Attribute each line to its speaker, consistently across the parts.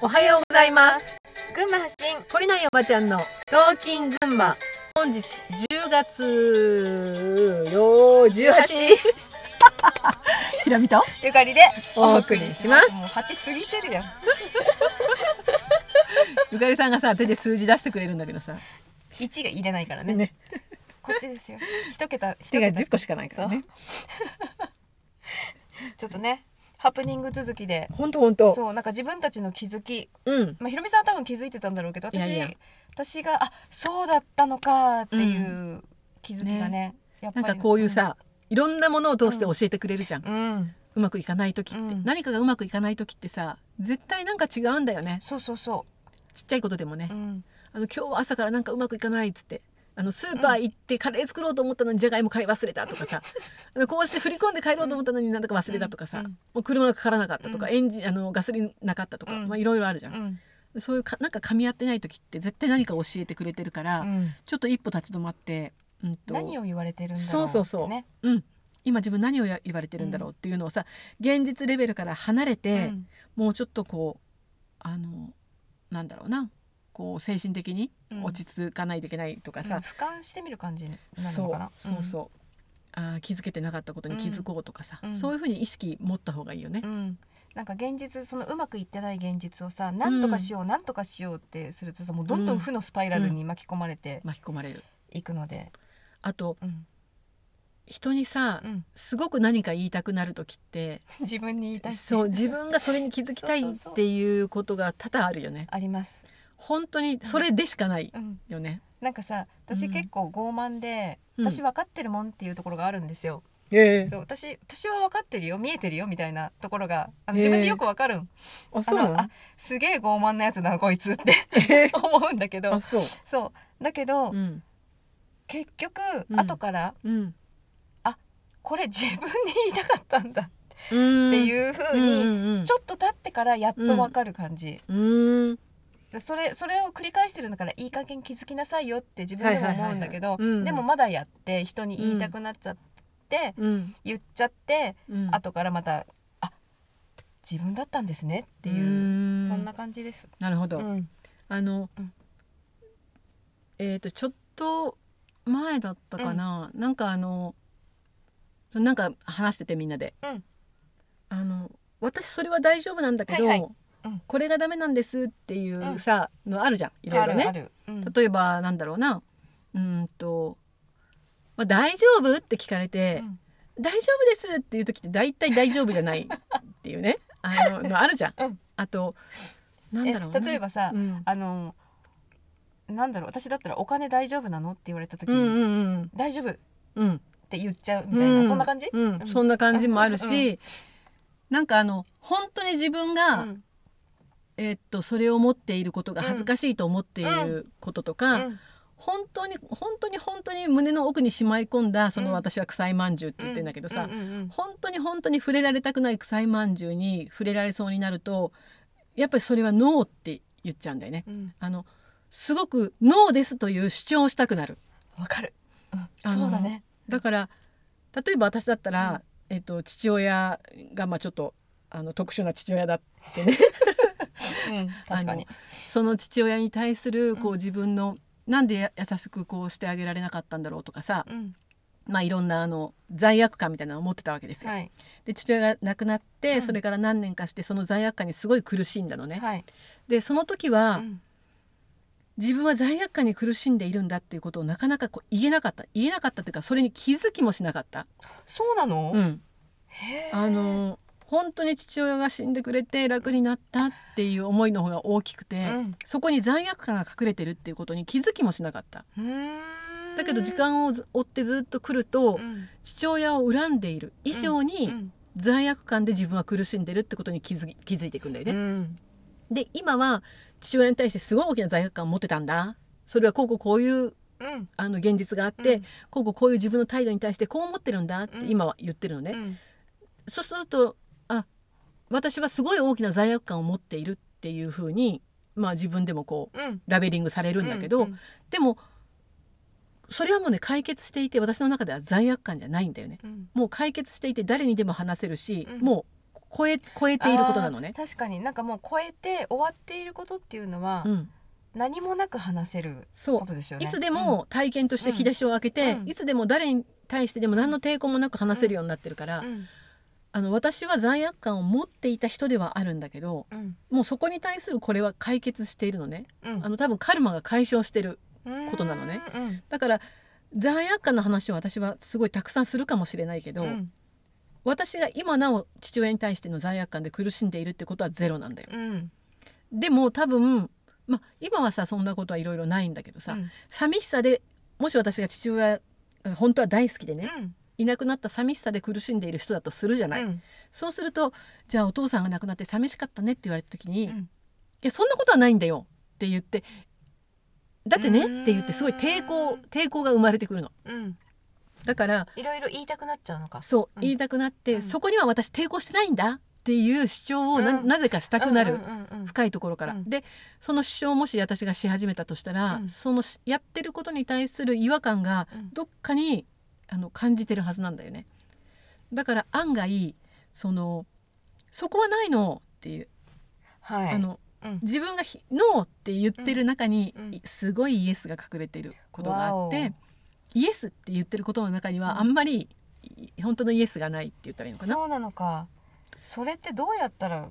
Speaker 1: おはようございます
Speaker 2: 群馬発信
Speaker 1: 懲りないおばちゃんのトーキングンマ本日10月よ18ひらみと
Speaker 2: ゆかりで
Speaker 1: お送りします
Speaker 2: もう八過ぎてるやん
Speaker 1: ゆかりさんがさ手で数字出してくれるんだけどさ
Speaker 2: 一が入れないからね
Speaker 1: ね
Speaker 2: こっちですよ一桁一
Speaker 1: 手が
Speaker 2: 桁
Speaker 1: 10個しかないからね
Speaker 2: ちょっとねハプニング続きで
Speaker 1: ほんとほんと
Speaker 2: そうなんか自分たちの気づき
Speaker 1: うん
Speaker 2: まあひろみさんは多分気づいてたんだろうけど私
Speaker 1: いやいや
Speaker 2: 私があそうだったのかっていう気づきがね、やっぱ
Speaker 1: なん
Speaker 2: り
Speaker 1: かこういうさいろんなものを通して教えてくれるじゃん、う
Speaker 2: うん
Speaker 1: まくいかない時って、
Speaker 2: うん
Speaker 1: 何かがうまくいかない時ってさ絶対なんか違うんだよね
Speaker 2: そうそうそ
Speaker 1: ちっちゃいことでもね
Speaker 2: う、う、ん、
Speaker 1: あの今日は朝からなんかうまくいかないっつってあのスーパー行ってカレー作ろうと思ったのにじゃがいも買い忘れたと かさ、あのこうして振り込んで帰ろうと思ったのになんだか忘れたとかさ、
Speaker 2: うん
Speaker 1: もう車がかからなかったとか、
Speaker 2: うん
Speaker 1: エンジンあのガソリンなかったとか、
Speaker 2: うん
Speaker 1: まあいろいろあるじゃん
Speaker 2: う、ん
Speaker 1: そういうかなんか噛み合ってない時って絶対何か教えてくれてるから、
Speaker 2: うん、
Speaker 1: ちょっと一歩立ち止まって、うんと
Speaker 2: 何を言われてるんだろうって、ね、
Speaker 1: そうそうそううん、今自分何をや言われてるんだろうっていうのをさ現実レベルから離れ
Speaker 2: う
Speaker 1: て、
Speaker 2: ん
Speaker 1: もうちょっとこうあのなんだろうなこう精神的に
Speaker 2: うん
Speaker 1: 落ち着かないといけないとか
Speaker 2: う
Speaker 1: さ
Speaker 2: ん、俯瞰してみる感じになる
Speaker 1: そ
Speaker 2: の
Speaker 1: う
Speaker 2: かな
Speaker 1: そうそう、あー気づけてなかったことに気づこうとかさ、
Speaker 2: うん
Speaker 1: そういうふうに意識持った方がいいよね
Speaker 2: う、ん、なんか現実そのうまくいってない現実をさなんとかしよう、なんとかしようってするとさもうどんどん負のスパイラルに巻き込まれて
Speaker 1: 巻き込まれる
Speaker 2: いくので、
Speaker 1: あと
Speaker 2: うん
Speaker 1: 人にさ、
Speaker 2: うん、
Speaker 1: すごく何か言いたくなる時って
Speaker 2: 自分に言いたい
Speaker 1: そう自分がそれに気づきたい
Speaker 2: そうそうそう
Speaker 1: っていうことが多々あるよね
Speaker 2: あります、
Speaker 1: 本当にそれでしかない
Speaker 2: うん、
Speaker 1: よね、
Speaker 2: なんかさ私
Speaker 1: うん
Speaker 2: 結構傲慢で、
Speaker 1: うん
Speaker 2: 私分かってるもんっていうところがあるんですよ、
Speaker 1: え
Speaker 2: そう私私は分かってるよ見えてるよみたいなところがあの
Speaker 1: へえ
Speaker 2: 自分でよく分かるん、
Speaker 1: あ
Speaker 2: あ
Speaker 1: そうな
Speaker 2: の
Speaker 1: の
Speaker 2: あすげえ傲慢なやつだなこいつって 思うんだけど
Speaker 1: あそう
Speaker 2: そうだけど、
Speaker 1: うん
Speaker 2: 結局、
Speaker 1: うん
Speaker 2: 後から
Speaker 1: うん
Speaker 2: これ自分で言いたかったんだ
Speaker 1: って
Speaker 2: って
Speaker 1: う
Speaker 2: いう風
Speaker 1: ん
Speaker 2: に
Speaker 1: うんうん
Speaker 2: ちょっと経ってからやっとわかる感じ、
Speaker 1: うーん
Speaker 2: でそれそれを繰り返してるんだからいい加減気づきなさいよって自分でも思うんだけ
Speaker 1: は
Speaker 2: ど
Speaker 1: いはいはいはいうん
Speaker 2: でもまだやって人に言いたくなっちゃって、
Speaker 1: うん
Speaker 2: 言っちゃって
Speaker 1: うん
Speaker 2: 後からまた「あ自分だったんですね」って
Speaker 1: う
Speaker 2: いう、
Speaker 1: ーん
Speaker 2: そんな感じです。
Speaker 1: なるほど、
Speaker 2: うん
Speaker 1: あの、
Speaker 2: うん
Speaker 1: えっ、とちょっと前だったかな、なんかあのそなんか話しててみんなで、
Speaker 2: うん
Speaker 1: あの私それは大丈夫なんだけど、
Speaker 2: はいはいうん
Speaker 1: これがダメなんですっていううんさ、のあるじゃんいろいろ
Speaker 2: あ
Speaker 1: ね。
Speaker 2: るある、うん
Speaker 1: 例えばなんだろうなうーんと、まあ、大丈夫って聞かれて、
Speaker 2: うん
Speaker 1: 大丈夫ですっていう時って大体大丈夫じゃないっていうねあののあるじゃん。
Speaker 2: うん
Speaker 1: あとなんだろう
Speaker 2: え
Speaker 1: な
Speaker 2: 例えばさ、
Speaker 1: うん
Speaker 2: あのなんだろう私だったら「お金大丈夫なの?」って言われた時
Speaker 1: う
Speaker 2: に「
Speaker 1: んうん
Speaker 2: 大丈夫」っ
Speaker 1: うんうん
Speaker 2: て言っちゃうみたいな、
Speaker 1: うん
Speaker 2: そんな感じ、
Speaker 1: うん
Speaker 2: うん
Speaker 1: そんな感じもある
Speaker 2: うんう
Speaker 1: し、なんかあの本当に自分が、
Speaker 2: うん
Speaker 1: えーっとそれを持っていることが恥ずかしいと思っていることとか、
Speaker 2: うん
Speaker 1: 本当に本当に本当に胸の奥にしまい込んだその私は臭いまんじゅうって言ってんだけどさ、
Speaker 2: うんうんうん
Speaker 1: 本当に本当に触れられたくない臭いまんじゅうに触れられそうになるとやっぱりそれはノーって言っちゃうんだよね。
Speaker 2: うん
Speaker 1: あのすごくノーですという主張をしたくなる。
Speaker 2: わかる、うん
Speaker 1: あの
Speaker 2: そうだね
Speaker 1: だから例えば私だったら、えっと父親がまあちょっとあの特殊な父親だってね
Speaker 2: うん確かに
Speaker 1: その父親に対するこう
Speaker 2: うん
Speaker 1: 自分の、なんでや優しくこうしてあげられなかったんだろうとかさ、
Speaker 2: うん
Speaker 1: まあ、いろんなあの罪悪感みたいなのを持ってたわけですよ。
Speaker 2: はい
Speaker 1: で父親が亡くなって、
Speaker 2: うん
Speaker 1: それから何年かしてその罪悪感にすごい苦しんだのね。
Speaker 2: はい
Speaker 1: でその時は、
Speaker 2: うん
Speaker 1: 自分は罪悪感に苦しんでいるんだっていうことをなかなかこう言えなかった言えなかったっていうかそれに気づきもしなかった。
Speaker 2: そうなの
Speaker 1: うん
Speaker 2: へー
Speaker 1: あの本当に父親が死んでくれて楽になったっていう思いの方が大きくて、
Speaker 2: うん
Speaker 1: そこに罪悪感が隠れてるっていうことに気づきもしなかった
Speaker 2: うーん
Speaker 1: だけど時間をず追ってずっと来ると、
Speaker 2: うん
Speaker 1: 父親を恨んでいる以上
Speaker 2: う
Speaker 1: に
Speaker 2: ん
Speaker 1: 罪悪感で自分は苦しんでるってことに気づき気づいていくんだよ
Speaker 2: う
Speaker 1: ね、
Speaker 2: ん
Speaker 1: で今は父親に対してすごい大きな罪悪感を持ってたんだそれはこうこうこういう
Speaker 2: うん
Speaker 1: あの現実があって、
Speaker 2: で
Speaker 1: こうこうこういう自分の態度に対してこう思ってるんだって
Speaker 2: うん
Speaker 1: 今は言ってるのね、
Speaker 2: うん
Speaker 1: そうするとあ私はすごい大きな罪悪感を持っているっていうふうに、まあ、自分でもこう
Speaker 2: うん
Speaker 1: ラベリングされるんだけど、
Speaker 2: うん
Speaker 1: でもそれはもうね解決していて私の中では罪悪感じゃないんだよね。
Speaker 2: うん
Speaker 1: もう解決していて誰にでも話せるし、
Speaker 2: うん
Speaker 1: もう超え超えていることなのね
Speaker 2: あー。確かになんかもう超えて終わっていることっていうのは、
Speaker 1: うん、
Speaker 2: 何もなく話せる
Speaker 1: そう
Speaker 2: ことですよね
Speaker 1: いつでも体験として引き出しを開けて、
Speaker 2: うん
Speaker 1: いつでも誰に対してでも何の抵抗もなく話せるようになってるから、
Speaker 2: うんうん
Speaker 1: あの私は罪悪感を持っていた人ではあるんだけど
Speaker 2: うん
Speaker 1: もうそこに対するこれは解決しているのね
Speaker 2: うん
Speaker 1: あの多分カルマが解消してることなのねだから罪悪感の話を私はすごいたくさんするかもしれないけ
Speaker 2: う
Speaker 1: ど、
Speaker 2: んうん
Speaker 1: 私が今なお父親に対しての罪悪感で苦しんでいるってことはゼロなんだよ。
Speaker 2: うん
Speaker 1: でも多分まあ今はさそんなことはいろいろないんだけどさ、
Speaker 2: うん
Speaker 1: 寂しさでもし私が父親が本当は大好きでね、
Speaker 2: うん
Speaker 1: いなくなった寂しさで苦しんでいる人だとするじゃない、
Speaker 2: うん
Speaker 1: そうするとじゃあお父さんが亡くなって寂しかったねって言われた時に、
Speaker 2: うん
Speaker 1: いやそんなことはないんだよって言ってだってね
Speaker 2: うーん
Speaker 1: って言ってすごい抵抗抵抗が生まれてくるの
Speaker 2: うん
Speaker 1: だから
Speaker 2: いろいろ言いたくなっちゃうのか
Speaker 1: そううん言いたくなって、
Speaker 2: うん
Speaker 1: そこには私抵抗してないんだっていう主張をな,、
Speaker 2: うん
Speaker 1: ぜかしたくなる、
Speaker 2: うんうんうんうん
Speaker 1: 深いところから、
Speaker 2: うん
Speaker 1: でその主張をもし私がし始めたとしたら、
Speaker 2: うん
Speaker 1: そのしやってることに対する違和感が
Speaker 2: うん
Speaker 1: どっかにあの感じてるはずなんだよねだから案外そのそこはないのっていう、
Speaker 2: はい
Speaker 1: あの
Speaker 2: うん
Speaker 1: 自分がひノーって言ってる中に、
Speaker 2: うんうん
Speaker 1: すごいイエスが隠れてることがあって
Speaker 2: わ
Speaker 1: イエスって言ってることの中に
Speaker 2: うん
Speaker 1: はあんまり、い本当のイエスがないって言ったらいいのかな
Speaker 2: そうなのかそれってどうやったら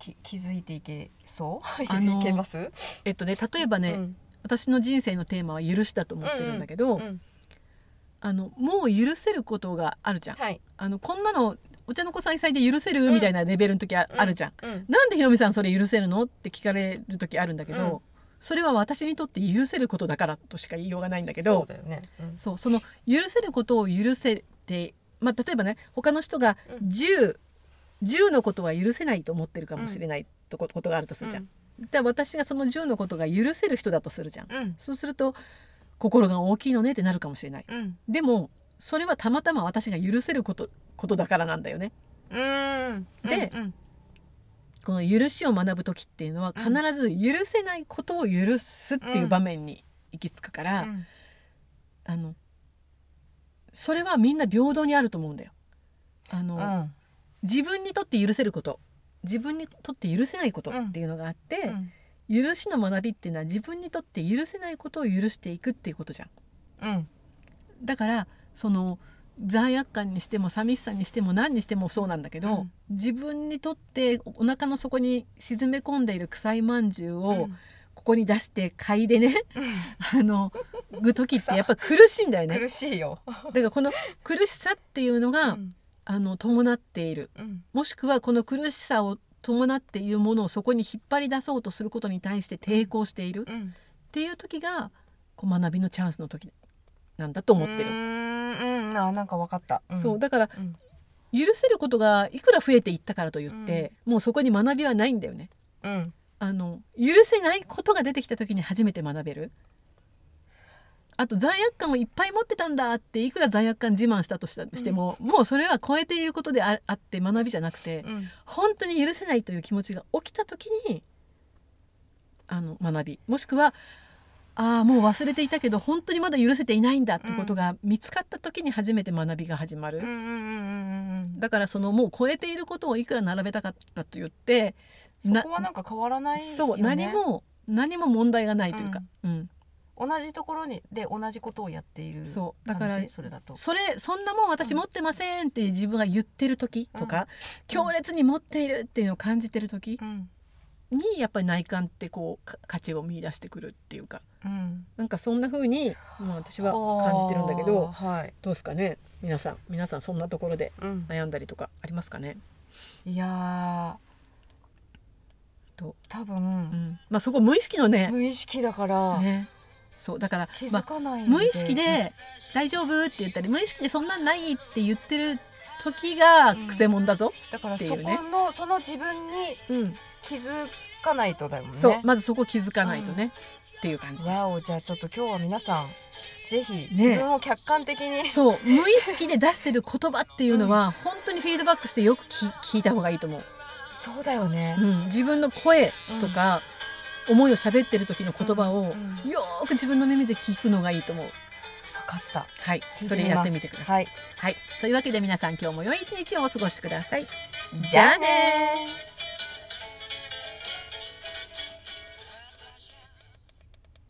Speaker 2: き気づいていけそうい
Speaker 1: あの
Speaker 2: けます
Speaker 1: えっとね例えばね、
Speaker 2: うん
Speaker 1: 私の人生のテーマは「許し」だと思ってるんだけど、
Speaker 2: うん
Speaker 1: あのもう許せることがあるじゃん
Speaker 2: はい
Speaker 1: あのこんなのお茶の子さんいで許せる
Speaker 2: うん
Speaker 1: みたいなレベルの時あ,、
Speaker 2: うん
Speaker 1: あるじゃん、
Speaker 2: うん
Speaker 1: なんでひろみさんそれ許せるのって聞かれる時あるんだけど、
Speaker 2: うん
Speaker 1: それは私にとって許せることだからとしか言いようがないんだけ
Speaker 2: そう
Speaker 1: ど
Speaker 2: だよねうん
Speaker 1: そうその許せることを許せて、まあ、例えばね他の人が
Speaker 2: うん
Speaker 1: 1010、10のことは許せないと思ってるかもしれないとこ,、ことがあるとするじゃん。で私がその10のことが許せる人だとするじゃん。
Speaker 2: うん
Speaker 1: そうすると心が大きいのねってなるかもしれない。
Speaker 2: うん
Speaker 1: でもそれはたまたま私が許せることことだからなんだよね。
Speaker 2: うん
Speaker 1: で
Speaker 2: うん
Speaker 1: この許しを学ぶ時っていうのは
Speaker 2: うん
Speaker 1: 必ず許せないことを許すっていう場面に行き着くか
Speaker 2: う
Speaker 1: ら、
Speaker 2: ん
Speaker 1: あのそれはみんな平等にあると思うんだよ。あの、
Speaker 2: うん
Speaker 1: 自分にとって許せること自分にとって許せないことっていうのがあって、許しの学びっていうのは自分にとって許せないことを許していくっていうことじゃん。
Speaker 2: うん
Speaker 1: だからその罪悪感にしても寂しさにしても何にしてもそうなんだけど、
Speaker 2: うん
Speaker 1: 自分にとってお腹の底に沈め込んでいる臭いまんじゅう
Speaker 2: うん
Speaker 1: をここに出して嗅いでね、
Speaker 2: う
Speaker 1: あ のぐ時ってやっぱ苦しいんだよ
Speaker 2: ん
Speaker 1: ね
Speaker 2: 苦しいよ
Speaker 1: だからこの苦しさっていうのが、
Speaker 2: うん
Speaker 1: あの伴っている
Speaker 2: うん
Speaker 1: もしくはこの苦しさを伴っているものをそこに引っ張り出そうとすることに対して抵抗しているっ
Speaker 2: うん
Speaker 1: ていう時がこう学びのチャンスの時なんだと思って
Speaker 2: うー
Speaker 1: る。
Speaker 2: んうんあなんかわかったん
Speaker 1: そうだから
Speaker 2: うん
Speaker 1: 許せることがいくら増えていったからといって、もうそこに学びはないんだよね
Speaker 2: うん
Speaker 1: あの許せないことが出てきた時に初めて学べるあと罪悪感をいっぱい持ってたんだっていくら罪悪感自慢したとしたしても、もうそれは超えていることでああって学びじゃなくて
Speaker 2: うん
Speaker 1: 本当に許せないという気持ちが起きた時にあの学びもしくはああもう忘れていたけど本当にまだ許せていないんだってことが見つかった時に初めて学びが始まる。
Speaker 2: うんうんうん
Speaker 1: だからそのもう超えていることをいくら並べたからと言って
Speaker 2: うんそ
Speaker 1: な
Speaker 2: こはなんか変わらないよね
Speaker 1: そう何も何も問題がないというか、うん
Speaker 2: 同じところにで同じことをやっている
Speaker 1: そうだから
Speaker 2: 感じそれだと
Speaker 1: それそんなもん私持ってませんって自分が言ってる時とか、強烈に持っているっていうのを感じてる時
Speaker 2: うん
Speaker 1: にやっぱり内観ってこうか価値を見出してくるっていうか
Speaker 2: うん
Speaker 1: なんかそんな風に、まあ、私は感じてるんだけど
Speaker 2: あーはい
Speaker 1: どうですかね皆さん皆さんそんなところで
Speaker 2: うん
Speaker 1: 悩んだりとかありますかね、
Speaker 2: いやー
Speaker 1: と
Speaker 2: 多
Speaker 1: う
Speaker 2: 分
Speaker 1: んまあ、そこ無意識のね
Speaker 2: 無意識だから
Speaker 1: ねそうだから
Speaker 2: 気
Speaker 1: まあ
Speaker 2: づかないん
Speaker 1: 無意識で「大丈夫?」って言ったり無意識で「そんなんない?」って言ってる時が
Speaker 2: うん
Speaker 1: くせ者だぞ、
Speaker 2: だから
Speaker 1: ってい
Speaker 2: そうこ
Speaker 1: ね
Speaker 2: のその自分に気づかないとだよね
Speaker 1: そうまずそこ気づかないとね、っていう感じ
Speaker 2: わおじゃあちょっと今日は皆さんぜひ
Speaker 1: ね
Speaker 2: 自分を客観的に、
Speaker 1: そう無意識で出してる言葉っていうのは、本当にフィードバックしてよく聞聞いた方がいいと思う、
Speaker 2: そうだよね
Speaker 1: う、ん、自分の声とか、思いを喋ってる時の言葉を、
Speaker 2: うんうん
Speaker 1: よーく自分の耳で聞くのがいいと思う
Speaker 2: わかった
Speaker 1: はい
Speaker 2: 聞い
Speaker 1: それ
Speaker 2: み
Speaker 1: や
Speaker 2: ま
Speaker 1: っ
Speaker 2: す
Speaker 1: てみてください
Speaker 2: はい
Speaker 1: はいというわけで皆さん今日も良い一日をお過ごしください
Speaker 2: じゃあねー